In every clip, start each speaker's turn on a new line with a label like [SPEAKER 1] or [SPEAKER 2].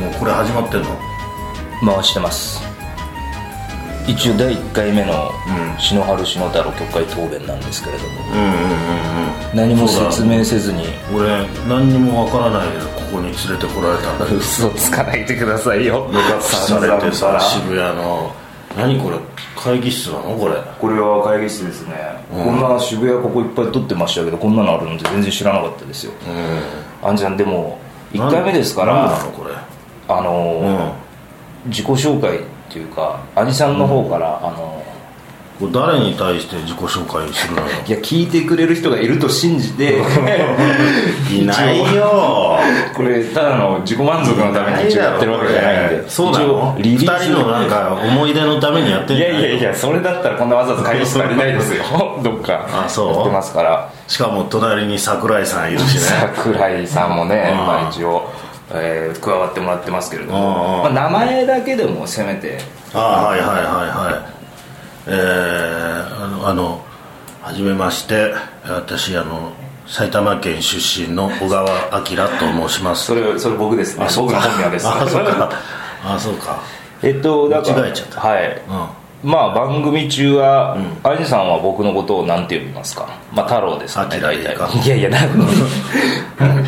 [SPEAKER 1] もうこれ始まってんの
[SPEAKER 2] 回してます一応第1回目の
[SPEAKER 1] うん
[SPEAKER 2] 篠原篠太郎曲会答弁なんですけれども
[SPEAKER 1] うんうんうん
[SPEAKER 2] 何も説明せずに
[SPEAKER 1] うん俺何にもわからないでここに連れてこられたんだけど
[SPEAKER 2] 嘘つかないでくださいよ
[SPEAKER 1] 部活されて
[SPEAKER 2] 散々
[SPEAKER 1] さ渋谷の何これ会議室なのこれ
[SPEAKER 2] これは会議室ですね、こんな渋谷ここいっぱい撮ってましたけどこんなのあるなんて全然知らなかったですよ
[SPEAKER 1] うん
[SPEAKER 2] あんちゃんでも1回目ですか
[SPEAKER 1] 何な
[SPEAKER 2] ら
[SPEAKER 1] のこれ
[SPEAKER 2] あの
[SPEAKER 1] う
[SPEAKER 2] ー
[SPEAKER 1] ん
[SPEAKER 2] 自己紹介っていうか兄さんの方から、あの
[SPEAKER 1] これ誰に対して自己紹介す るのよ
[SPEAKER 2] いや聞いてくれる人がいると信じ て
[SPEAKER 1] いないよ
[SPEAKER 2] これただの自己満足のために一応やってるわけじゃないん で
[SPEAKER 1] そうなの
[SPEAKER 2] 一応リリ
[SPEAKER 1] 二
[SPEAKER 2] ース
[SPEAKER 1] 人のなんか思い出のためにやって
[SPEAKER 2] い
[SPEAKER 1] んじゃ
[SPEAKER 2] や
[SPEAKER 1] ない
[SPEAKER 2] いやいやそれだったらこんなわざわざ会議室借りないですよどっか
[SPEAKER 1] あそう
[SPEAKER 2] やってますから
[SPEAKER 1] しかも隣に桜井さんいるしね
[SPEAKER 2] 桜井さんもね、
[SPEAKER 1] うん
[SPEAKER 2] まあ、一応、えー加わってもらってますけれど
[SPEAKER 1] うんうん
[SPEAKER 2] も、まあ、名前だけでもせめて
[SPEAKER 1] ああはいはいはいはいえー、あのあの初めまして私あの埼玉県出身の小川明と申します
[SPEAKER 2] それそれ僕ですね
[SPEAKER 1] そ
[SPEAKER 2] 僕
[SPEAKER 1] う
[SPEAKER 2] の
[SPEAKER 1] か
[SPEAKER 2] 本名です
[SPEAKER 1] あそうかあそうか
[SPEAKER 2] えっとだから
[SPEAKER 1] 間違えちゃった
[SPEAKER 2] はい
[SPEAKER 1] うん
[SPEAKER 2] まあ番組中は、アイジさんは僕のことをなんて呼びますかまあ太郎ですかね
[SPEAKER 1] あ嫌
[SPEAKER 2] 大
[SPEAKER 1] い
[SPEAKER 2] 体
[SPEAKER 1] か
[SPEAKER 2] いやいやなん か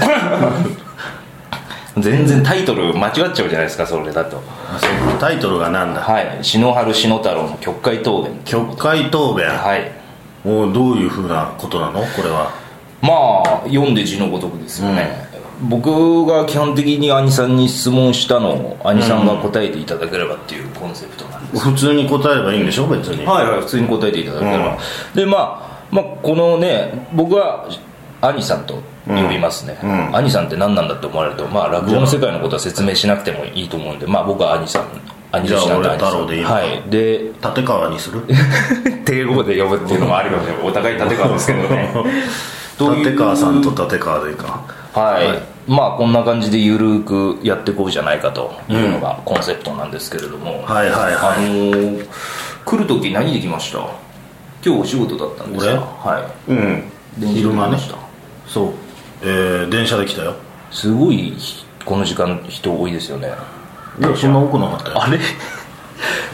[SPEAKER 2] 全然タイトル間違っちゃうじゃないですかそれだと
[SPEAKER 1] あそうかタイトルがなんだ
[SPEAKER 2] はい篠原篠太郎の曲解答弁
[SPEAKER 1] 曲解答弁
[SPEAKER 2] はい
[SPEAKER 1] おどういうふうなことなのこれは
[SPEAKER 2] まあ読んで字のごとくですよね、僕が基本的に兄さんに質問したのを兄さんが答えていただければっていうコンセプトなんで
[SPEAKER 1] 普通に答えればいいんでしょ別に、
[SPEAKER 2] はいはい普通に答えていただければ、
[SPEAKER 1] うん
[SPEAKER 2] でまあ、まあこのね僕は兄さんと呼びますね、
[SPEAKER 1] うん
[SPEAKER 2] 兄さんって何なんだって思われるとまあ落語の世界のことは説明しなくてもいいと思うんでまあ僕は兄さん兄弟子なんで
[SPEAKER 1] じゃあ俺
[SPEAKER 2] 兄さん
[SPEAKER 1] 太郎でいいのか
[SPEAKER 2] はい で
[SPEAKER 1] 立川にする
[SPEAKER 2] 帝語で呼ぶっていうのもあるよねお互い立川ですけどね どういう
[SPEAKER 1] 立川さんと立川でいいか
[SPEAKER 2] はい、
[SPEAKER 1] はい
[SPEAKER 2] まあこんな感じでゆるくやっていこうじゃないかというのがコンセプトなんですけれども、
[SPEAKER 1] はいはい
[SPEAKER 2] あ
[SPEAKER 1] は
[SPEAKER 2] のー来る時何できました今日お仕事だったんですか
[SPEAKER 1] 俺
[SPEAKER 2] はい
[SPEAKER 1] うん
[SPEAKER 2] い電車で来ました
[SPEAKER 1] そうえー、電車で来たよ
[SPEAKER 2] すごいこの時間人多いですよね
[SPEAKER 1] いやそんな多くなかったよ
[SPEAKER 2] あれ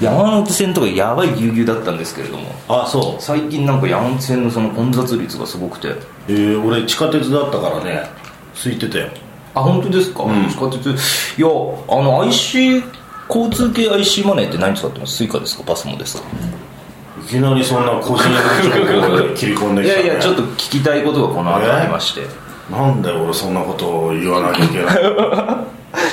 [SPEAKER 2] 山手線とかやばいぎゅうぎゅうだったんですけれども
[SPEAKER 1] あそ
[SPEAKER 2] 最近なんか山手線のその混雑率がすごくて
[SPEAKER 1] うえー、俺地下鉄だったからね空いてたよ
[SPEAKER 2] あ本当ですか、地下鉄いやあの IC 交通系 IC マネーって何使ってますスイカですかパスモですか
[SPEAKER 1] いきなりそんな個人情報で切り込んで
[SPEAKER 2] い
[SPEAKER 1] きた、
[SPEAKER 2] や
[SPEAKER 1] ね、
[SPEAKER 2] いやちょっと聞きたいことがこの後ありまして
[SPEAKER 1] なんで俺そんなことを言わなきゃいけ ない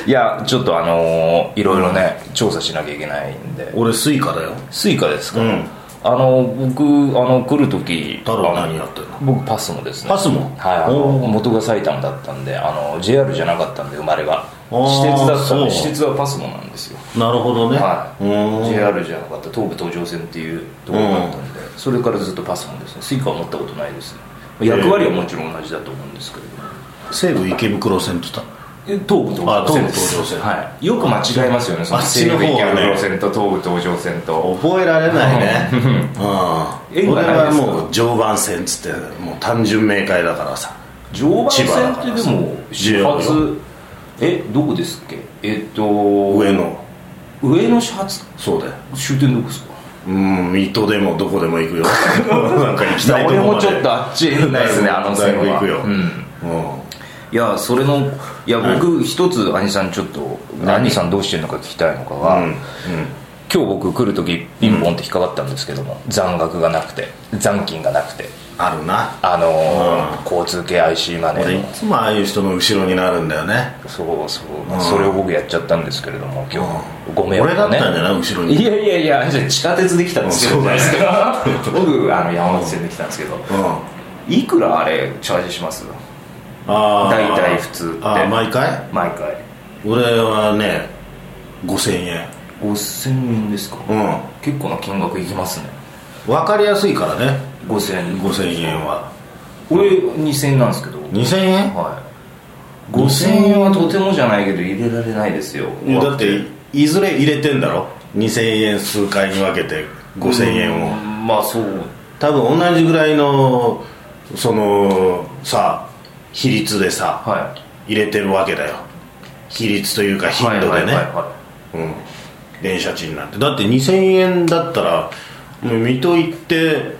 [SPEAKER 2] いやちょっとあのーいろいろね調査しなきゃいけないんで
[SPEAKER 1] 俺スイカだよ
[SPEAKER 2] スイカですか、
[SPEAKER 1] うん
[SPEAKER 2] あの僕あの来る時
[SPEAKER 1] 太郎
[SPEAKER 2] あの
[SPEAKER 1] 何やってんの
[SPEAKER 2] 僕パスモですね
[SPEAKER 1] パスモ
[SPEAKER 2] はいあの
[SPEAKER 1] おー
[SPEAKER 2] 元が埼玉だったんであの JR じゃなかったんで生まれが
[SPEAKER 1] あー
[SPEAKER 2] 私鉄だったんで
[SPEAKER 1] そう
[SPEAKER 2] 私鉄はパスモなんですよ
[SPEAKER 1] なるほどね、
[SPEAKER 2] はい、
[SPEAKER 1] うーん
[SPEAKER 2] JR じゃなかった東武東上線っていうところだったんで、それからずっとパスモンですねスイカは持ったことないです役割はもちろん同じだと思うんですけれども、
[SPEAKER 1] 西武池袋線って言っ
[SPEAKER 2] え東武東上線
[SPEAKER 1] あ
[SPEAKER 2] です
[SPEAKER 1] 東武東上線
[SPEAKER 2] はい、よく間違えますよねその
[SPEAKER 1] あっちの方はね
[SPEAKER 2] 西武池袋線と東武東上線と
[SPEAKER 1] た覚えられない ね
[SPEAKER 2] うん
[SPEAKER 1] うん俺は
[SPEAKER 2] 縁がない
[SPEAKER 1] もう常磐線っつってもう単純明快だからさ
[SPEAKER 2] 常磐線ってでも始
[SPEAKER 1] 千葉だからさ JR
[SPEAKER 2] 発えどこですっけえっと
[SPEAKER 1] 上
[SPEAKER 2] 上
[SPEAKER 1] 野
[SPEAKER 2] の始発
[SPEAKER 1] そうだよ
[SPEAKER 2] 終点どこですか
[SPEAKER 1] うん水戸でもどこでも行く よなんか行きたいとこまで
[SPEAKER 2] 俺もちょっとあっちへないですねあの線は
[SPEAKER 1] だいぶ行くよ、
[SPEAKER 2] うん
[SPEAKER 1] うん
[SPEAKER 2] いやそれのいや僕一つ兄さんちょっと
[SPEAKER 1] 何
[SPEAKER 2] 兄さんどうしてるのか聞きたいのかが、
[SPEAKER 1] うん
[SPEAKER 2] 今日僕来る時ピンポンって引っかかったんですけども、残額がなくて残金がなくて
[SPEAKER 1] あるな
[SPEAKER 2] あのー交通系 IC マネ
[SPEAKER 1] 俺
[SPEAKER 2] ー
[SPEAKER 1] い
[SPEAKER 2] の
[SPEAKER 1] つもああいう人の後ろになるんだよね
[SPEAKER 2] そうそう、それを僕やっちゃったんですけれども今日、ご迷惑
[SPEAKER 1] 俺だったんじゃ
[SPEAKER 2] ね
[SPEAKER 1] ない後ろ
[SPEAKER 2] い
[SPEAKER 1] に
[SPEAKER 2] やいやいやじゃあ地下鉄で来たんですけ
[SPEAKER 1] うん
[SPEAKER 2] どじゃないですか僕あの山手線で来たんですけど、
[SPEAKER 1] うんあ
[SPEAKER 2] いくらあれチャージします
[SPEAKER 1] あ
[SPEAKER 2] 大体普通って
[SPEAKER 1] あー毎回
[SPEAKER 2] 毎回
[SPEAKER 1] 俺はね5000円
[SPEAKER 2] 5000円ですか、
[SPEAKER 1] う
[SPEAKER 2] 結構な金額いきますね
[SPEAKER 1] ん分かりやすいからね
[SPEAKER 2] 5000円
[SPEAKER 1] 5000円は
[SPEAKER 2] 俺2000円なんですけど
[SPEAKER 1] 2000円
[SPEAKER 2] はい5000円はとてもじゃないけど入れられないですよ
[SPEAKER 1] いやだっていずれ入れてんだろ2000円数回に分けて5000円を
[SPEAKER 2] うんまあそう
[SPEAKER 1] 多分同じぐらいのそのさ比率でさ
[SPEAKER 2] は
[SPEAKER 1] 入れてるわけだよ
[SPEAKER 2] い
[SPEAKER 1] 比率というか頻度でね
[SPEAKER 2] はいはいは
[SPEAKER 1] うん電車賃なんてだって2000円だったらもう水戸行って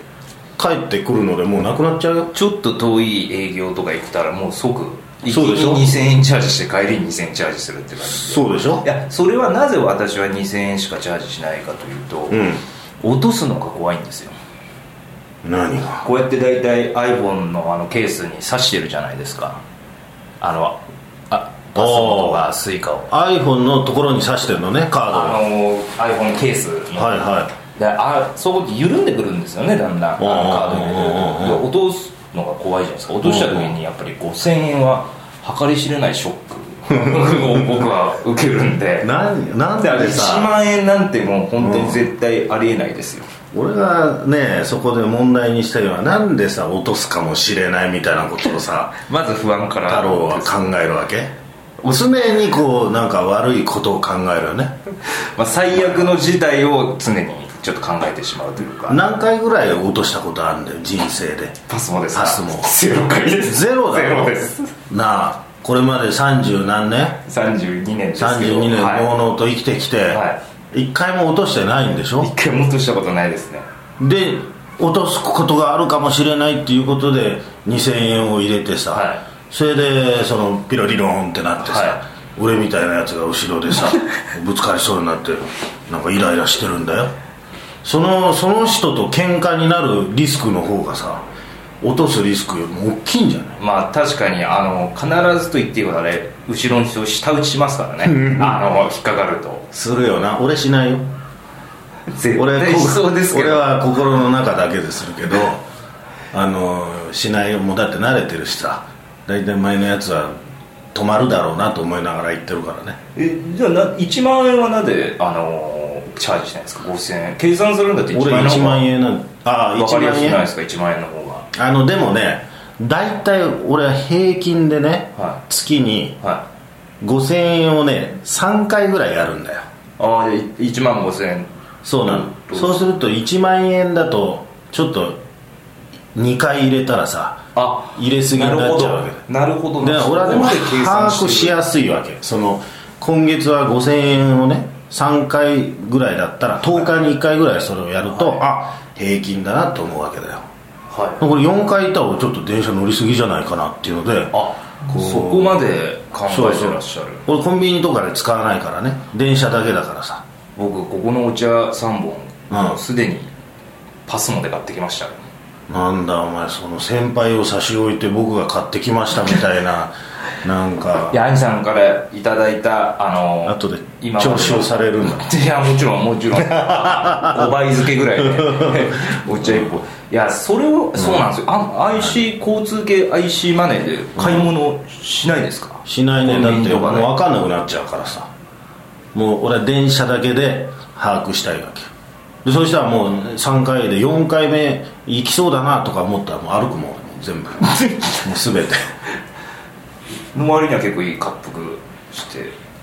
[SPEAKER 1] 帰ってくるのでもうなくなっちゃうよ
[SPEAKER 2] いちょっと遠い営業とか行ったらもう即一気
[SPEAKER 1] そうでしょ
[SPEAKER 2] に2000円チャージして帰りに2000円チャージするって感じ
[SPEAKER 1] そうでしょ
[SPEAKER 2] いやそれはなぜ私は2000円しかチャージしないかというと、
[SPEAKER 1] うん
[SPEAKER 2] 落とすのが怖いんですよ
[SPEAKER 1] 何が
[SPEAKER 2] こうやって大体 iPhone のあのケースに挿してるじゃないですかあのあパスモとかスイカを
[SPEAKER 1] iPhone のところに挿してるのねカード
[SPEAKER 2] あの iPhone ケース
[SPEAKER 1] が
[SPEAKER 2] の
[SPEAKER 1] はいは
[SPEAKER 2] であそこって緩んでくるんですよねだんだんあのカード入れてるとで落とすのが怖いじゃないですか落とした時にやっぱり5000円は計り知れないショックを僕は受けるんで
[SPEAKER 1] いなん なんであれ
[SPEAKER 2] 1
[SPEAKER 1] さ
[SPEAKER 2] 万円なんてもう本当に絶対ありえないですよ、
[SPEAKER 1] 俺がねそこで問題にしたいのはなんでさ落とすかもしれないみたいなことを さ
[SPEAKER 2] まず不安から
[SPEAKER 1] 太郎は考えるわけ常にこうなんか悪いことを考えるよね
[SPEAKER 2] まあ、最悪の事態を常にちょっと考えてしまうというか
[SPEAKER 1] 何回ぐらい落としたことあるんだよ人生で
[SPEAKER 2] パスモですか
[SPEAKER 1] パスモ
[SPEAKER 2] ゼロ回です
[SPEAKER 1] ゼロだ
[SPEAKER 2] ゼ
[SPEAKER 1] ろ
[SPEAKER 2] ロです
[SPEAKER 1] なあこれまで三十何年
[SPEAKER 2] 32年ですけど
[SPEAKER 1] 32年
[SPEAKER 2] はい
[SPEAKER 1] のうのうと生きてきて
[SPEAKER 2] は
[SPEAKER 1] 一回も落としてないんでしょ
[SPEAKER 2] 一回も落としたことないですね
[SPEAKER 1] で落とすことがあるかもしれないっていうことで2000円を入れてさ、
[SPEAKER 2] はい
[SPEAKER 1] それでそのピロリロンってなってさ、
[SPEAKER 2] は
[SPEAKER 1] 俺みたいなやつが後ろで さぶつかりそうになってなんかイライラしてるんだよそのその人と喧嘩になるリスクの方がさ落とすリスクよりも大きいんじゃない
[SPEAKER 2] まあ確かにあの必ずと言っていいことはあれ後ろの人を下打ちしますからねあの引っかかると
[SPEAKER 1] するよな俺しないよ
[SPEAKER 2] 絶
[SPEAKER 1] 俺
[SPEAKER 2] 対しそうですけ
[SPEAKER 1] 俺
[SPEAKER 2] ど
[SPEAKER 1] は心の中だけでするけどあのしないよもうだって慣れてるしさ大体前のやつは止まるだろうなと思いながら行ってるからね
[SPEAKER 2] えじゃあな1万円はなぜあのチャージしないんですか5000円計算するんだって
[SPEAKER 1] 俺
[SPEAKER 2] の方
[SPEAKER 1] 1
[SPEAKER 2] が
[SPEAKER 1] 万円なんああ
[SPEAKER 2] 分か
[SPEAKER 1] 1
[SPEAKER 2] りや
[SPEAKER 1] 万
[SPEAKER 2] すくないで
[SPEAKER 1] 円
[SPEAKER 2] すか1万円の方が
[SPEAKER 1] あのでもね大体俺は平均でね、
[SPEAKER 2] は
[SPEAKER 1] 月に
[SPEAKER 2] はい
[SPEAKER 1] 5000円をね3回ぐらいやるんだよ
[SPEAKER 2] ああ1万5000円
[SPEAKER 1] そうなの、
[SPEAKER 2] うん
[SPEAKER 1] そうすると1万円だとちょっと2回入れたらさ
[SPEAKER 2] あ
[SPEAKER 1] 入れすぎになっちゃうわけだ
[SPEAKER 2] なるほど
[SPEAKER 1] で
[SPEAKER 2] なるほ
[SPEAKER 1] 俺
[SPEAKER 2] ど
[SPEAKER 1] はでも
[SPEAKER 2] そこま計
[SPEAKER 1] 把
[SPEAKER 2] 算て
[SPEAKER 1] 握しやすいわけその今月は5000円をね3回ぐらいだったら10日に1回ぐらいそれをやると、あ平均だなと思うわけだよ
[SPEAKER 2] はい
[SPEAKER 1] これ4回行ったら俺ちょっと電車乗りすぎじゃないかなっていうので
[SPEAKER 2] あ
[SPEAKER 1] こう
[SPEAKER 2] そこまで考えてらっしゃる
[SPEAKER 1] 俺コンビニとかで使わないからね電車だけだからさ
[SPEAKER 2] 僕ここのお茶3
[SPEAKER 1] うん
[SPEAKER 2] 本すでにパスモで買ってきました
[SPEAKER 1] なんだお前その先輩を差し置いて僕が買ってきましたみたいななんか
[SPEAKER 2] いや兄さんからいた だいたあの
[SPEAKER 1] 後で
[SPEAKER 2] 今
[SPEAKER 1] 徴収されるんだ
[SPEAKER 2] いやもちろんも ちろんお倍漬けぐらいで お茶一本いやそれをそうなんですよあ IC 交通系 IC マネーで買い物しないですか
[SPEAKER 1] しない
[SPEAKER 2] コ
[SPEAKER 1] ね
[SPEAKER 2] ンビ
[SPEAKER 1] だっ
[SPEAKER 2] ニ
[SPEAKER 1] て
[SPEAKER 2] と
[SPEAKER 1] もう
[SPEAKER 2] かね
[SPEAKER 1] 分かんなくなっちゃうからさもう俺は電車だけで把握したいわけよでそしたらもう3回で4回目行きそうだなとか思ったらもう歩くもん全部 もう全て
[SPEAKER 2] の割には結構いい恰幅して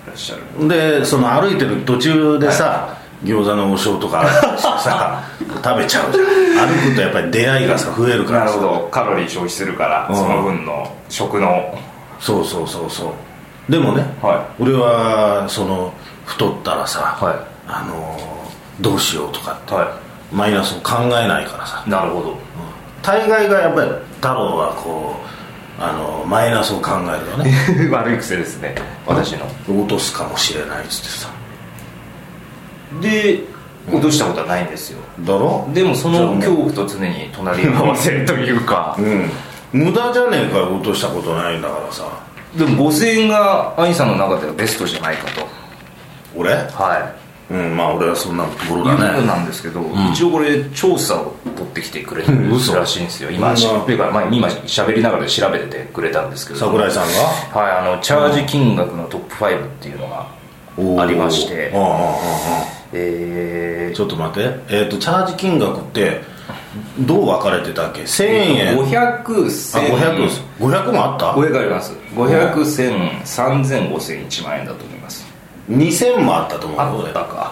[SPEAKER 2] らっしゃる
[SPEAKER 1] でその歩いてる途中でさ、餃子の王将とか さ食べちゃうじゃん歩くとやっぱり出会いがさ増えるか
[SPEAKER 2] な
[SPEAKER 1] ら
[SPEAKER 2] る
[SPEAKER 1] さ
[SPEAKER 2] ほどカロリー消費するから、
[SPEAKER 1] うん
[SPEAKER 2] その分の食の
[SPEAKER 1] そうそうそうそうでもね、
[SPEAKER 2] は
[SPEAKER 1] 俺はその太ったらさ、
[SPEAKER 2] はい
[SPEAKER 1] あのーどうしようとかって
[SPEAKER 2] は
[SPEAKER 1] マイナスを考えないからさ
[SPEAKER 2] いなるほど
[SPEAKER 1] 大概がやっぱり太郎はこうあのマイナスを考えるよね
[SPEAKER 2] 悪い癖ですね私の
[SPEAKER 1] 落とすかもしれないっつってさ
[SPEAKER 2] で落としたことはないんですよ
[SPEAKER 1] だろ
[SPEAKER 2] でもそ
[SPEAKER 1] じゃあ
[SPEAKER 2] の
[SPEAKER 1] もう
[SPEAKER 2] 恐怖と常に隣り合わせというか
[SPEAKER 1] うん無駄じゃねえかよ落としたことないんだからさ
[SPEAKER 2] でも5000円が兄さんの中ではベストじゃないかと
[SPEAKER 1] 俺
[SPEAKER 2] はい
[SPEAKER 1] うんまあ俺はそんなところ
[SPEAKER 2] いうこ
[SPEAKER 1] だ
[SPEAKER 2] と
[SPEAKER 1] ね
[SPEAKER 2] なんですけど、一応これ調査を取ってきてくれて
[SPEAKER 1] うん
[SPEAKER 2] る
[SPEAKER 1] 嘘
[SPEAKER 2] らしいんですよ今、
[SPEAKER 1] うん
[SPEAKER 2] しというかまあ、今喋りながら調べててくれたんですけど
[SPEAKER 1] 桜井さんが
[SPEAKER 2] はい、あのチャージ金額のトップ5っていうのが、
[SPEAKER 1] おー
[SPEAKER 2] ありまして
[SPEAKER 1] うんうんうんうん
[SPEAKER 2] え
[SPEAKER 1] ちょっと待って、えー、とチャージ金額ってどう分かれてたっけ1000円、
[SPEAKER 2] ー、500
[SPEAKER 1] あ
[SPEAKER 2] 千
[SPEAKER 1] 500です500もあった
[SPEAKER 2] 500あります500千3000 5000 1万円だと思います
[SPEAKER 1] 2000もあったと思う
[SPEAKER 2] あったか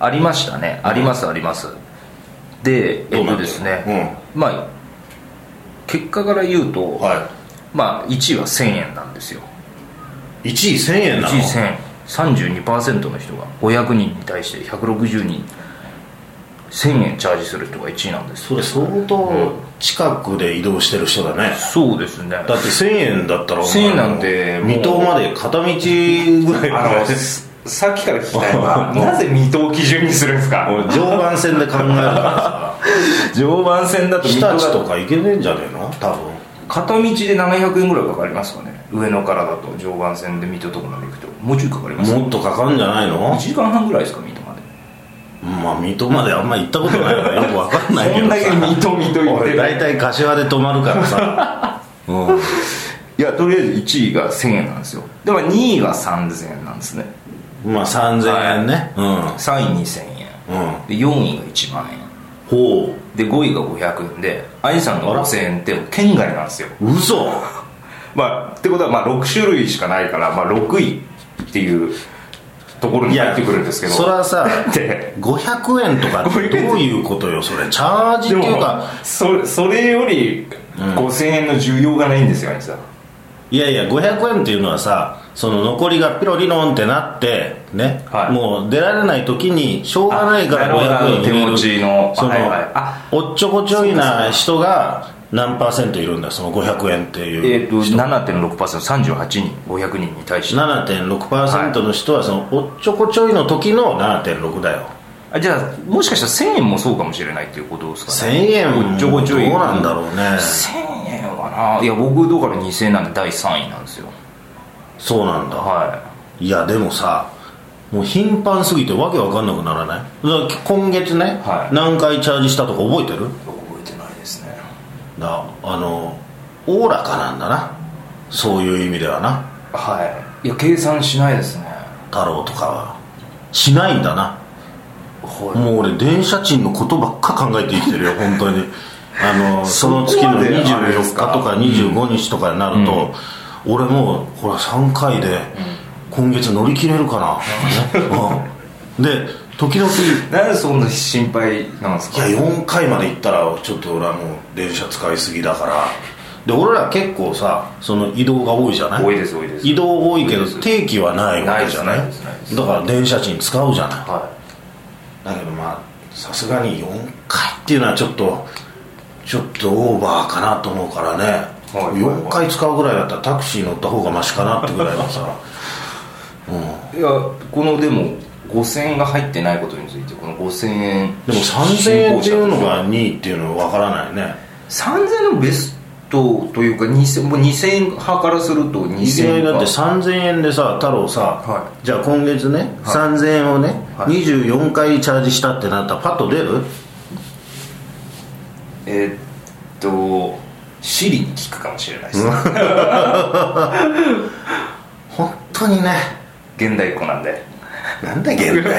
[SPEAKER 2] ありましたねありますありますで
[SPEAKER 1] どうな
[SPEAKER 2] えっと
[SPEAKER 1] んだ
[SPEAKER 2] ですね、まあ結果から言うと、
[SPEAKER 1] うんは
[SPEAKER 2] まあ1位は1000円なんですよ
[SPEAKER 1] い1位1000円なの
[SPEAKER 2] 1位1000 32%の人が500人に対して160人1000円チャージする人が1位なんです
[SPEAKER 1] それ相当近くで移動してる人だね、
[SPEAKER 2] そうですね
[SPEAKER 1] だって1000円だったら
[SPEAKER 2] 1000円なんてもう
[SPEAKER 1] 水戸まで片道ぐらい
[SPEAKER 2] あのすさっきから聞きたいの はなぜ水戸を基準にするんですか
[SPEAKER 1] 俺常磐線で考えるから
[SPEAKER 2] 常磐線だ
[SPEAKER 1] さ
[SPEAKER 2] と
[SPEAKER 1] 日
[SPEAKER 2] 水戸
[SPEAKER 1] 立
[SPEAKER 2] だ
[SPEAKER 1] と
[SPEAKER 2] と
[SPEAKER 1] か行けねえんじゃねえの多分
[SPEAKER 2] 片道で700円ぐらいかかりますかね上野からだと常磐線で水戸とかまで行くともうちょいかかります
[SPEAKER 1] もっとかかんじゃないの
[SPEAKER 2] 1時間半ぐらいですか水戸まで
[SPEAKER 1] まあ水戸まであんま行ったことないからよくわかんないけ
[SPEAKER 2] そ
[SPEAKER 1] ど
[SPEAKER 2] ん
[SPEAKER 1] さ
[SPEAKER 2] だけ水戸水戸言って
[SPEAKER 1] 俺
[SPEAKER 2] る
[SPEAKER 1] 大体柏で泊まるから さうん
[SPEAKER 2] いやとりあえず1位が1000円なんですよでも2位が3000円なんですね
[SPEAKER 1] まあ3000円ね、
[SPEAKER 2] 3位2000
[SPEAKER 1] う
[SPEAKER 2] 円
[SPEAKER 1] んうん
[SPEAKER 2] で4位が1万円
[SPEAKER 1] ほ
[SPEAKER 2] で5位が500円であゆさんが5000円って県外なんですよ
[SPEAKER 1] う嘘
[SPEAKER 2] まあってことはまあ6種類しかないから、まあ、6位っていうところに入ってくるんですけど
[SPEAKER 1] それはさ
[SPEAKER 2] って
[SPEAKER 1] 500円とかってどういうことよそれチャージっ
[SPEAKER 2] で
[SPEAKER 1] ていう
[SPEAKER 2] も
[SPEAKER 1] か
[SPEAKER 2] それそれより5000円の需要がないんですよあいつはい
[SPEAKER 1] やいや500円っていうのはさその残りがピロリロンってなってね、
[SPEAKER 2] はい
[SPEAKER 1] もう出られない時にしょうがないから
[SPEAKER 2] あなる
[SPEAKER 1] 500
[SPEAKER 2] ほど
[SPEAKER 1] 円
[SPEAKER 2] 手持ちの
[SPEAKER 1] その、
[SPEAKER 2] はいはいあ
[SPEAKER 1] おっちょこちょいな人が何パーセントいるんだその500円っていう
[SPEAKER 2] えっ、ー、と 7.6%38 人500人に対して
[SPEAKER 1] 7.6%の人はそのおっちょこちょいの時の7.6だよ
[SPEAKER 2] あじゃあもしかしたら1000円もそうかもしれないっていうことですか
[SPEAKER 1] 1000
[SPEAKER 2] ね
[SPEAKER 1] 円
[SPEAKER 2] おっちょこちょい
[SPEAKER 1] どうなんだろうね
[SPEAKER 2] 1000円はないや僕だから2000円なんで第3位なんですよ
[SPEAKER 1] そうなんだ
[SPEAKER 2] はい
[SPEAKER 1] やでもさもう頻繁すぎてわけわかんなくならないだから今月ね、
[SPEAKER 2] はい
[SPEAKER 1] 何回チャージしたとか覚えてる
[SPEAKER 2] い覚えてないですね
[SPEAKER 1] だあのおおらかなんだなそういう意味ではな
[SPEAKER 2] はいいや計算しないですね
[SPEAKER 1] 太郎とかはしないんだな
[SPEAKER 2] は
[SPEAKER 1] もう俺電車賃のことばっか考えて生きてるよ本当に あのその月の
[SPEAKER 2] そこまであれで
[SPEAKER 1] 24
[SPEAKER 2] す
[SPEAKER 1] 日と
[SPEAKER 2] か
[SPEAKER 1] か25日とかになると、俺もうほら3回で今月乗り切れるか な、ねうんで時々
[SPEAKER 2] いなんでそんな心配なんです
[SPEAKER 1] い
[SPEAKER 2] か
[SPEAKER 1] や4回まで行ったらちょっと俺はもう電車使いすぎだからで俺ら結構さその移動が多いじゃない
[SPEAKER 2] 多いです多いです
[SPEAKER 1] 移動多いけど
[SPEAKER 2] 多いです
[SPEAKER 1] 定期はないわけじゃない
[SPEAKER 2] ないですないです
[SPEAKER 1] だから電車賃使うじゃない
[SPEAKER 2] は
[SPEAKER 1] だけどまあさすがに4回っていうのはちょっとちょっとオーバーかなと思うからね、
[SPEAKER 2] はい
[SPEAKER 1] 4回使うぐらいだったらタクシー乗った方がマシかなってぐらいの さうん
[SPEAKER 2] いいやこのでも5000円が入ってないことについてこの5000円
[SPEAKER 1] でも3000円っていうのが2位っていうのは分からないね
[SPEAKER 2] 3000円のベストというか2000もう2000円派からすると
[SPEAKER 1] いき
[SPEAKER 2] 2000
[SPEAKER 1] な
[SPEAKER 2] 円
[SPEAKER 1] りだ
[SPEAKER 2] が
[SPEAKER 1] って3000円でさ太郎さ、
[SPEAKER 2] は
[SPEAKER 1] じゃあ今月ね、3000円をね、
[SPEAKER 2] はい
[SPEAKER 1] 24回チャージしたってなったらパッと出る
[SPEAKER 2] えーっとシリに聞くかもしれないです、
[SPEAKER 1] 本当にね
[SPEAKER 2] 現代っ子なんで
[SPEAKER 1] なんだ現 代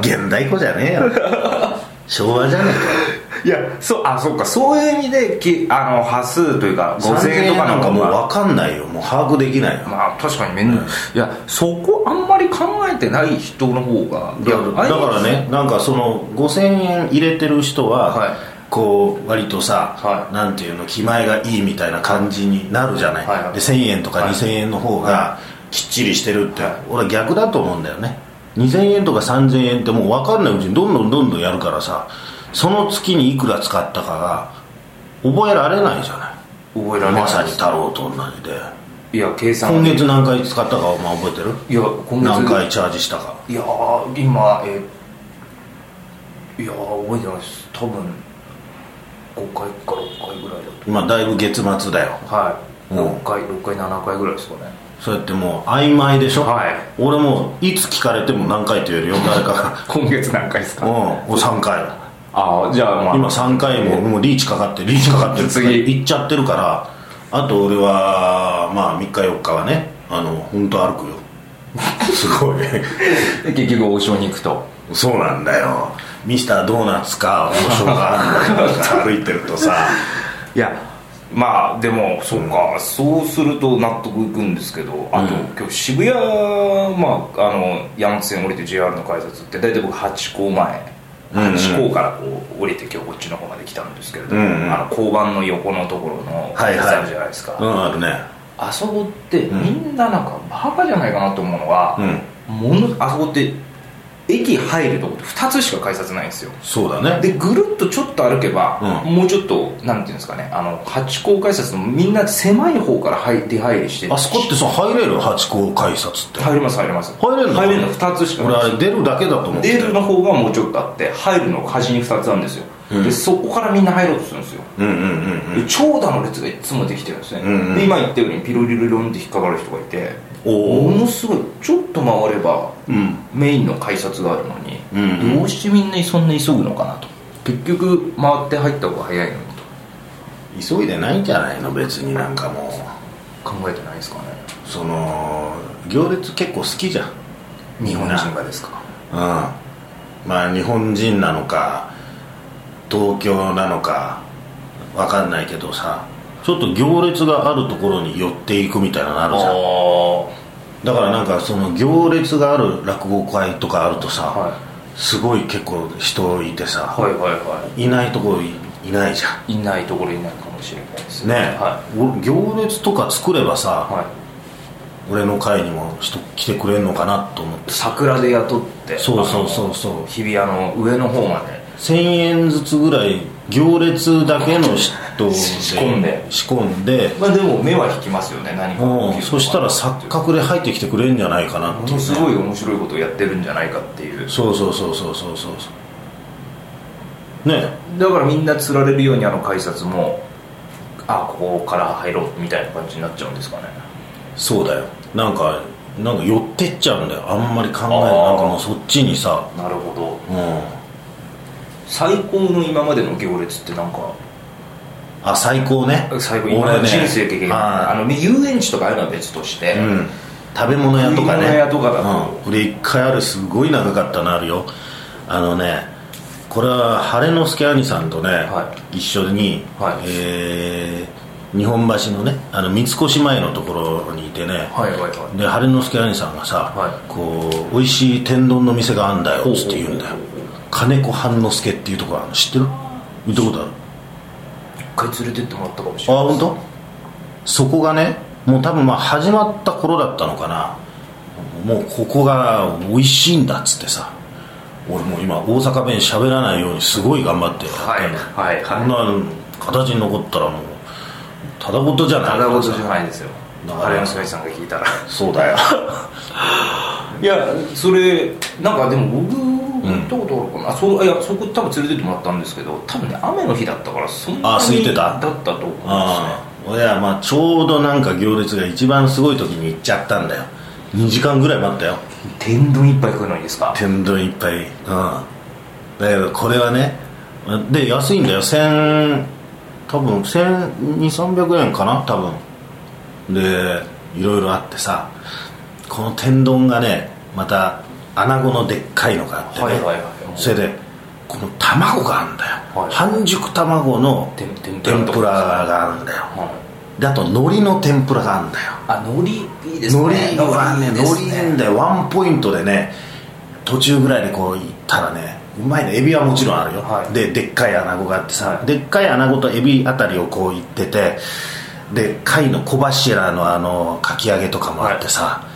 [SPEAKER 1] 現代子じゃねえよ昭和じゃね
[SPEAKER 2] いやそうあそうかそういう意味できあの端数というか
[SPEAKER 1] えか
[SPEAKER 2] 5000
[SPEAKER 1] 3000
[SPEAKER 2] 円
[SPEAKER 1] 円
[SPEAKER 2] とか
[SPEAKER 1] な
[SPEAKER 2] なんん
[SPEAKER 1] か
[SPEAKER 2] か
[SPEAKER 1] も
[SPEAKER 2] も
[SPEAKER 1] う分かんないよもう把握できないよ
[SPEAKER 2] まあ確かに面倒、いやそこあんまり考えてない人の方がい
[SPEAKER 1] だ
[SPEAKER 2] や
[SPEAKER 1] だからねなんかその5000円入れてる人は、
[SPEAKER 2] はい
[SPEAKER 1] こう割とさ、
[SPEAKER 2] はい
[SPEAKER 1] なんていうの気前がいいみたいな感じになるじゃない、
[SPEAKER 2] はいはい
[SPEAKER 1] で1000円とか
[SPEAKER 2] はい
[SPEAKER 1] 2000円の方がきっちりしてるって、俺は逆だと思うんだよね2000円とか3000円ってもう分かんないうちにどんどんどんどんやるからさその月にいくら使ったかが覚えられないじゃない
[SPEAKER 2] 覚えられない
[SPEAKER 1] まさに太郎と同じで
[SPEAKER 2] いや計算
[SPEAKER 1] 今月何回使ったかお前覚えてる
[SPEAKER 2] いや今月
[SPEAKER 1] 何回チャージしたか
[SPEAKER 2] いやー今えーいやー覚えてないです多分5回か6回ぐらいだと
[SPEAKER 1] 今だいぶ月末だよ
[SPEAKER 2] はい、
[SPEAKER 1] うん
[SPEAKER 2] 6回6回7回ぐらいですかね
[SPEAKER 1] そうやってもう曖昧でしょ、
[SPEAKER 2] はい
[SPEAKER 1] 俺もういつ聞かれても何回って言えるよ誰か
[SPEAKER 2] 今月何回です
[SPEAKER 1] が うんもう3回
[SPEAKER 2] ああじゃあまあ
[SPEAKER 1] 今3回ももうリーチかかってリーチかかってる
[SPEAKER 2] 次
[SPEAKER 1] 行っちゃってるからあと俺はまあ3日4日はねあの本当歩く よすごい
[SPEAKER 2] 結局王将に行くと
[SPEAKER 1] そうなんだよミスタードーナツか王将があるんだけどさ歩いてるとさ
[SPEAKER 2] いやまあでもそうか、そうすると納得いくんですけどあと、
[SPEAKER 1] う
[SPEAKER 2] 今日渋谷まああの山手線降りて JR の改札って大体僕八甲前
[SPEAKER 1] うんうん
[SPEAKER 2] 八甲からこう降りて今日こっちの方まで来たんですけれども、
[SPEAKER 1] うんうん
[SPEAKER 2] あの交番の横のところの
[SPEAKER 1] はいはい
[SPEAKER 2] 改札あるじゃないですか、
[SPEAKER 1] うんあるね
[SPEAKER 2] あそこって
[SPEAKER 1] ん
[SPEAKER 2] みんななんかバカじゃないかなと思うのは、
[SPEAKER 1] うん
[SPEAKER 2] ものあそこって駅入るとこって2つしか改札ないんですよ
[SPEAKER 1] そうだね
[SPEAKER 2] でぐるっとちょっと歩けば、
[SPEAKER 1] う
[SPEAKER 2] もうちょっとなんていうんですかねあの八甲改札のみんな狭い方から入出入りして
[SPEAKER 1] あそこってさ入れる八甲改札って
[SPEAKER 2] 入ります入ります
[SPEAKER 1] 入れるの
[SPEAKER 2] 入れるの2つしか
[SPEAKER 1] 俺
[SPEAKER 2] な
[SPEAKER 1] あ
[SPEAKER 2] い
[SPEAKER 1] れ出るだけだと思って
[SPEAKER 2] 出るの方がもうちょっとあって入るのが端に2つあるんですよ、でそこからみんな入ろうとするんですよ、
[SPEAKER 1] うんうんうん
[SPEAKER 2] で長蛇の列がいつもできてるんですね、
[SPEAKER 1] んうん
[SPEAKER 2] で今言ったようにピロリロリロンって引っかかる人がいて
[SPEAKER 1] お
[SPEAKER 2] ものすごいちょっと回れば
[SPEAKER 1] うん
[SPEAKER 2] メインの改札があるのに、
[SPEAKER 1] うんう
[SPEAKER 2] どうしてみんなそんな急ぐのかなと結局回って入った方が早いのにと
[SPEAKER 1] 急いでないんじゃないの別になんかもう
[SPEAKER 2] 考えてないですかね
[SPEAKER 1] その行列結構好きじゃんうん
[SPEAKER 2] 日本人がですか
[SPEAKER 1] まあ日本人なのか東京なのかわかんないけどさちょっと行列があるところに寄っていくみたいなのあ
[SPEAKER 2] あ
[SPEAKER 1] るじゃんだからなんかその行列がある落語会とかあるとさ、
[SPEAKER 2] は
[SPEAKER 1] すごい結構人いてさ、、
[SPEAKER 2] いはいはいはい
[SPEAKER 1] ないとこいいないじゃ
[SPEAKER 2] いいないところいないかもしれないです
[SPEAKER 1] んね
[SPEAKER 2] は
[SPEAKER 1] お行列とか作ればさ、
[SPEAKER 2] い、はい、
[SPEAKER 1] 俺の会にも人来てくれんのかなと思って
[SPEAKER 2] 桜で雇って
[SPEAKER 1] そうそうそ
[SPEAKER 2] あの
[SPEAKER 1] うそう
[SPEAKER 2] 日比谷の上の方まで
[SPEAKER 1] 1000円ずつぐらい行列だけの人で
[SPEAKER 2] 仕込んで
[SPEAKER 1] 仕込んで
[SPEAKER 2] まあでも目は引きますよね何か
[SPEAKER 1] うんそしたら錯覚で入ってきてくれんじゃないかなっ
[SPEAKER 2] も
[SPEAKER 1] ていう
[SPEAKER 2] の
[SPEAKER 1] ね
[SPEAKER 2] すごい面白いことをやってるんじゃないかっていう
[SPEAKER 1] そうそうそうそうそうそうそうね
[SPEAKER 2] だからみんな釣られるようにあの改札もあここから入ろうみたいな感じになっちゃうんですかね
[SPEAKER 1] そうだよなんかなんか寄ってっちゃうんだよあんまり考えない
[SPEAKER 2] あー
[SPEAKER 1] なんかもうそっちにさ
[SPEAKER 2] なるほど
[SPEAKER 1] うん
[SPEAKER 2] 最高の今までの行列ってなんか
[SPEAKER 1] あ最高ね
[SPEAKER 2] 最高今までの人生経験あ
[SPEAKER 1] あ
[SPEAKER 2] のね遊園地とかあるのは別として、
[SPEAKER 1] ーうん食べ物屋とかね
[SPEAKER 2] 食い物屋とかだと
[SPEAKER 1] うん、俺一回あるすごい長かったのあるよあのねこれは晴之助兄さんとね、
[SPEAKER 2] は
[SPEAKER 1] 一緒に、
[SPEAKER 2] はい
[SPEAKER 1] えー日本橋のねあの三越前のところにいてね、
[SPEAKER 2] はいはいはい
[SPEAKER 1] で晴之助兄さんがさ、
[SPEAKER 2] はい
[SPEAKER 1] こう美味しい天丼の店があんだよっつって言うんだよ
[SPEAKER 2] ほうほ
[SPEAKER 1] 金子半之助っていうところあるの知ってる見たことある
[SPEAKER 2] 一回連れてってもらったかもし
[SPEAKER 1] あ
[SPEAKER 2] れない
[SPEAKER 1] 本当？そこがねもう多分まあ始まった頃だったのかなもうここが美味しいんだっつってさ俺もう今大阪弁喋らないようにすごい頑張ってやって
[SPEAKER 2] はい
[SPEAKER 1] んの
[SPEAKER 2] はいはい
[SPEAKER 1] こんな形に残ったらもうただ事じゃない
[SPEAKER 2] ただごとじゃないですよ
[SPEAKER 1] だから
[SPEAKER 2] 晴れのさんが聞いたら
[SPEAKER 1] そうだ よ
[SPEAKER 2] いやそれなんかでも僕行ったことあるかな、あそういやそこ多分連れてってもらったんですけど多分ね雨の日だったからそんなに
[SPEAKER 1] あ空いてた
[SPEAKER 2] だったと思うんですね
[SPEAKER 1] ああいやまあちょうどなんか行列が一番すごい時に行っちゃったんだよ2時間ぐらい待ったよ
[SPEAKER 2] 天丼一杯食うのにですか
[SPEAKER 1] 天丼いっぱいうんだけどこれはねで安いんだよ1000多分1200300円かな多分でいろいろあってさこの天丼がねまた穴子のでっかいのがあってね、
[SPEAKER 2] はいはいはい
[SPEAKER 1] それでこの卵があるんだよ、
[SPEAKER 2] はい
[SPEAKER 1] 半熟卵の
[SPEAKER 2] 天天
[SPEAKER 1] 天ぷらがあるんだよ
[SPEAKER 2] はい
[SPEAKER 1] であと海苔の天ぷらがあるんだよ
[SPEAKER 2] あ海苔いいですね
[SPEAKER 1] 海苔はね
[SPEAKER 2] 海
[SPEAKER 1] 海
[SPEAKER 2] 苔いいです
[SPEAKER 1] 苔いいんだよワンポイントでね途中ぐらいでこう行ったらねうまいねエビはもちろんあるよ、
[SPEAKER 2] はい
[SPEAKER 1] ででっかい穴子があってさ、
[SPEAKER 2] はい
[SPEAKER 1] でっかい穴子とエビあたりをこう行っててで貝の小柱のあのかき揚げとかもあってさ、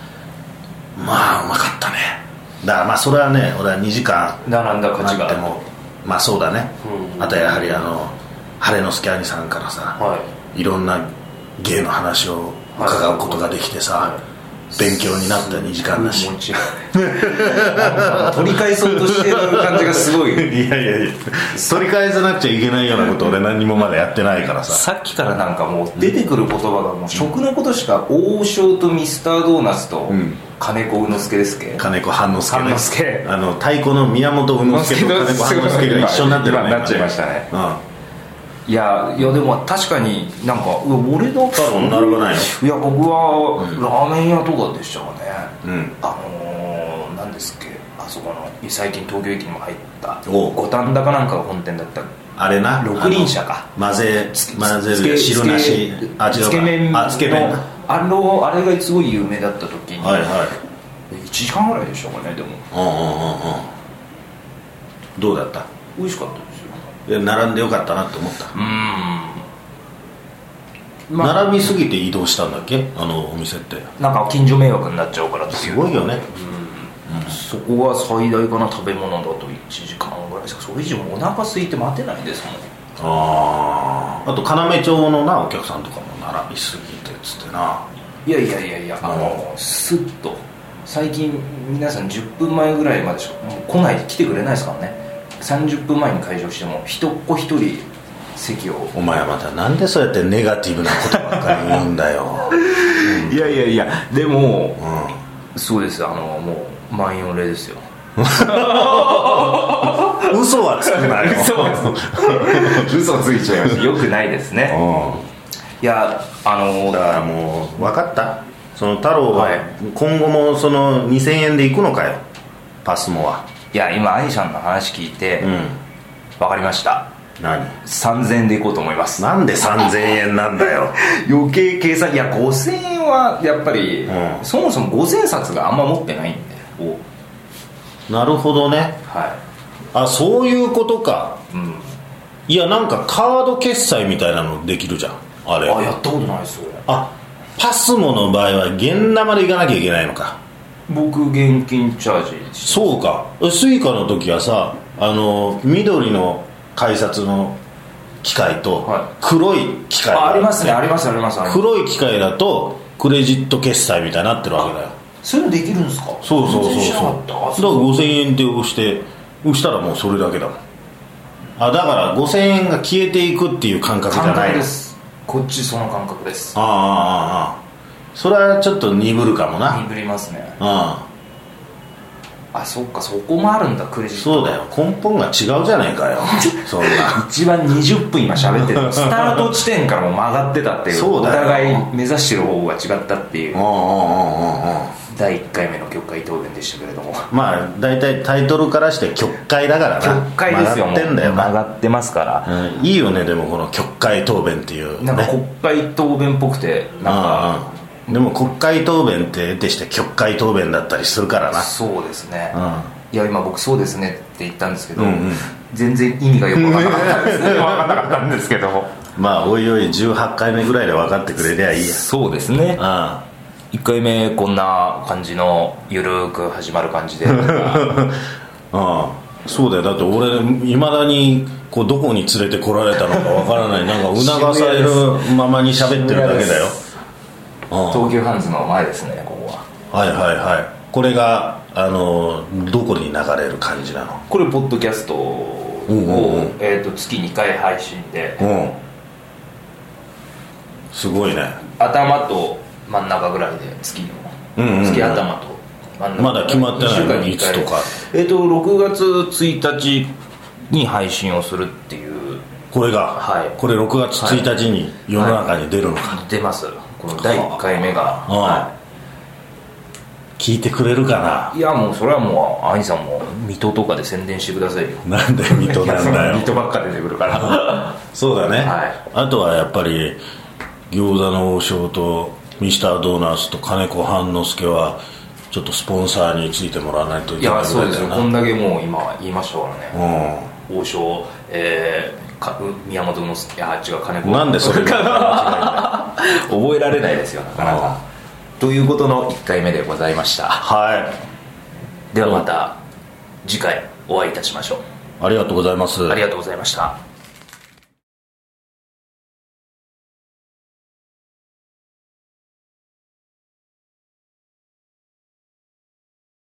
[SPEAKER 1] まあうまかったねだからまあそれはね俺は2時間
[SPEAKER 2] 並んだ価値があ
[SPEAKER 1] で
[SPEAKER 2] る
[SPEAKER 1] もまあそうだね、
[SPEAKER 2] うん
[SPEAKER 1] あとやはりあの晴れの助兄さんからさ、いろんな芸の話を伺うことができてさ、勉強になった2時間だし
[SPEAKER 2] もう一度なんか取り返そうとしてる感じがすごい
[SPEAKER 1] いやいやいや取り返さなくちゃいけないようなこと俺何にもまだやってないからさ
[SPEAKER 2] さっきからなんかもう出てくる言葉がもう食のことしか王将とミスタードーナツと
[SPEAKER 1] ん
[SPEAKER 2] 金子宇之助ですけ
[SPEAKER 1] 金子半之助,、
[SPEAKER 2] 半之助
[SPEAKER 1] あの太鼓の宮本宇之助と金子半之助が一緒になってるね
[SPEAKER 2] 今なっちゃいましたね
[SPEAKER 1] うん
[SPEAKER 2] いやいやでも確かになんかうわ俺の
[SPEAKER 1] 太郎並ばないよ
[SPEAKER 2] いや僕はラーメン屋とかでしたかね、
[SPEAKER 1] うん
[SPEAKER 2] あのー、なんですっけあそこの最近東京駅にも入った
[SPEAKER 1] おう
[SPEAKER 2] 五反田かなんかが本店だった
[SPEAKER 1] あれな
[SPEAKER 2] 六輪車か
[SPEAKER 1] あの混ぜ混ぜ
[SPEAKER 2] つ
[SPEAKER 1] る
[SPEAKER 2] け
[SPEAKER 1] 汁なし
[SPEAKER 2] つけ
[SPEAKER 1] あ違うか
[SPEAKER 2] つけ麺の
[SPEAKER 1] あつけ麺な
[SPEAKER 2] あのあれがすごい有名だった時に、
[SPEAKER 1] はいはい
[SPEAKER 2] 1時間ぐらいでしたかねでも
[SPEAKER 1] うんうんうんうんどうだった
[SPEAKER 2] 美味しかったですよ
[SPEAKER 1] いや並んでよかったなって思った
[SPEAKER 2] うんまあ
[SPEAKER 1] 並びすぎて移動したんだっけあのお店って
[SPEAKER 2] なんか近所迷惑になっちゃうからっていう
[SPEAKER 1] すごいよね
[SPEAKER 2] そこが最大かな食べ物だと1時間ぐらいですかそれ以上お腹空いて待てないですもん
[SPEAKER 1] あああと要町のなお客さんとかも並びすぎてっつってない
[SPEAKER 2] やいやいやいやあのスッと最近皆さん10分前ぐらいまでしかもう来ない来てくれないですからね30分前に会場しても一っ子一人 席を
[SPEAKER 1] お前はまたなんでそうやってネガティブなことばっかり言うんだよ、
[SPEAKER 2] いやいやいやでも
[SPEAKER 1] うん
[SPEAKER 2] そうですあのもう満員御礼ですよ
[SPEAKER 1] 嘘はつくなよ
[SPEAKER 2] 嘘ついちゃいましたよくないですねいやあの
[SPEAKER 1] だからもう分かったその太郎は
[SPEAKER 2] はい
[SPEAKER 1] 今後もその2000円で行くのかよパスモはい
[SPEAKER 2] や今兄さんの話聞いて、
[SPEAKER 1] うん
[SPEAKER 2] 分かりました
[SPEAKER 1] 何
[SPEAKER 2] 3000円でいこうと思います
[SPEAKER 1] なんで3000円なんだよ
[SPEAKER 2] 余計計算いや5000円はやっぱり、
[SPEAKER 1] うん
[SPEAKER 2] そもそも5000冊があんま持ってないんで
[SPEAKER 1] なるほどね
[SPEAKER 2] は
[SPEAKER 1] あそういうことか
[SPEAKER 2] い、うん、
[SPEAKER 1] いやなんかカード決済みたいなのできるじゃんあれ
[SPEAKER 2] あやったことないですよ
[SPEAKER 1] あパスモの場合は現生で行かなきゃいけないのか
[SPEAKER 2] 僕現金チャージし
[SPEAKER 1] そうかスイカの時はさあの緑の改札の機械と
[SPEAKER 2] はい
[SPEAKER 1] 黒い機械が
[SPEAKER 2] あありますね
[SPEAKER 1] あっ
[SPEAKER 2] ありますありますあ
[SPEAKER 1] て
[SPEAKER 2] ります
[SPEAKER 1] 黒い機械だとクレジット決済みたいになってるわけだよ
[SPEAKER 2] そういうのできるんですか
[SPEAKER 1] そうそうそう
[SPEAKER 2] 全然知らな
[SPEAKER 1] そ
[SPEAKER 2] か
[SPEAKER 1] うだ
[SPEAKER 2] った
[SPEAKER 1] から
[SPEAKER 2] あそう
[SPEAKER 1] 5000円で押して押したらもうそれだけだもんあだから5000円が消えていくっていう感覚じゃ
[SPEAKER 2] 感
[SPEAKER 1] ない
[SPEAKER 2] 覚ですこっちその感覚です
[SPEAKER 1] ああああああそれはちょっと鈍るかもな
[SPEAKER 2] 鈍りますね
[SPEAKER 1] うん
[SPEAKER 2] あそっかそこもあるんだクレジット
[SPEAKER 1] そうだよ根本が違うじゃないか よそんな
[SPEAKER 2] 一番20分今喋ってるスタート地点からも曲がってたっていう
[SPEAKER 1] そう
[SPEAKER 2] お
[SPEAKER 1] だよ
[SPEAKER 2] 互い目指してる方が違ったっていう
[SPEAKER 1] うんうんうんうんうん
[SPEAKER 2] 第1回目の曲会答弁でしたけれども
[SPEAKER 1] まあ大体タイトルからして曲解だからな
[SPEAKER 2] 曲会ですよ
[SPEAKER 1] 曲がってんだよ
[SPEAKER 2] もう曲
[SPEAKER 1] な、
[SPEAKER 2] がってますから、
[SPEAKER 1] うん、いいよねでもこの曲解答弁っていう
[SPEAKER 2] なんか
[SPEAKER 1] ね
[SPEAKER 2] 国会答弁っぽくてなんか
[SPEAKER 1] うんうんでも国会答弁って得てして曲解答弁だったりするからな
[SPEAKER 2] そうですね、
[SPEAKER 1] うん
[SPEAKER 2] いや今僕そうですねって言ったんですけど、
[SPEAKER 1] うんうん
[SPEAKER 2] 全然意味がよく分からなかったんですね分からなかったんですけど
[SPEAKER 1] まあおいおい18回目ぐらいで分かってくれりゃいいや
[SPEAKER 2] そうですね
[SPEAKER 1] あ
[SPEAKER 2] 1回目こんな感じのゆるーく始まる感 じでは
[SPEAKER 1] あうんそうだよだって俺いまだにこうどこに連れてこられたのか分からないなんか促されるままに喋ってるだけだようん
[SPEAKER 2] 東急ハンズの前ですねここは
[SPEAKER 1] はいはいはいこれがあのどこに流れる感じなの
[SPEAKER 2] これポッドキャストを、
[SPEAKER 1] うんうんうん
[SPEAKER 2] えー、と月2回配信で、
[SPEAKER 1] うんすごいね
[SPEAKER 2] 頭と真ん中ぐらいで月の、
[SPEAKER 1] うんうんうん
[SPEAKER 2] 月頭と真ん中
[SPEAKER 1] まだ決まってない
[SPEAKER 2] 二週間に一回
[SPEAKER 1] いつとか
[SPEAKER 2] えっ、と6月1日に配信をするっていう
[SPEAKER 1] これが、
[SPEAKER 2] はい
[SPEAKER 1] これ6月1日に世の中に出るのか、
[SPEAKER 2] 出ますこの第1回目が、
[SPEAKER 1] うん
[SPEAKER 2] は
[SPEAKER 1] 聞いてくれるか
[SPEAKER 2] い、いやもうそれはもう兄さんも水戸とかで宣伝してくださいよ
[SPEAKER 1] ななんで水戸なんだ よ
[SPEAKER 2] 水戸ばっか出てくるから
[SPEAKER 1] そうだね、
[SPEAKER 2] はい
[SPEAKER 1] あとはやっぱり餃子の王将とミスタードーナツと金子半之助はちょっとスポンサーについてもらわないとい
[SPEAKER 2] い
[SPEAKER 1] けな
[SPEAKER 2] や
[SPEAKER 1] い
[SPEAKER 2] そうですよ
[SPEAKER 1] な
[SPEAKER 2] こんだけもう今言いましたからね、
[SPEAKER 1] うん
[SPEAKER 2] 王将、えー、か宮本の助あ違う金子
[SPEAKER 1] なんでそれが
[SPEAKER 2] 覚えられないですよなかな
[SPEAKER 1] あ
[SPEAKER 2] かということの1回目でございました
[SPEAKER 1] はい
[SPEAKER 2] ではまた次回お会いいたしましょう
[SPEAKER 1] ありがとうございます
[SPEAKER 2] ありがとうございました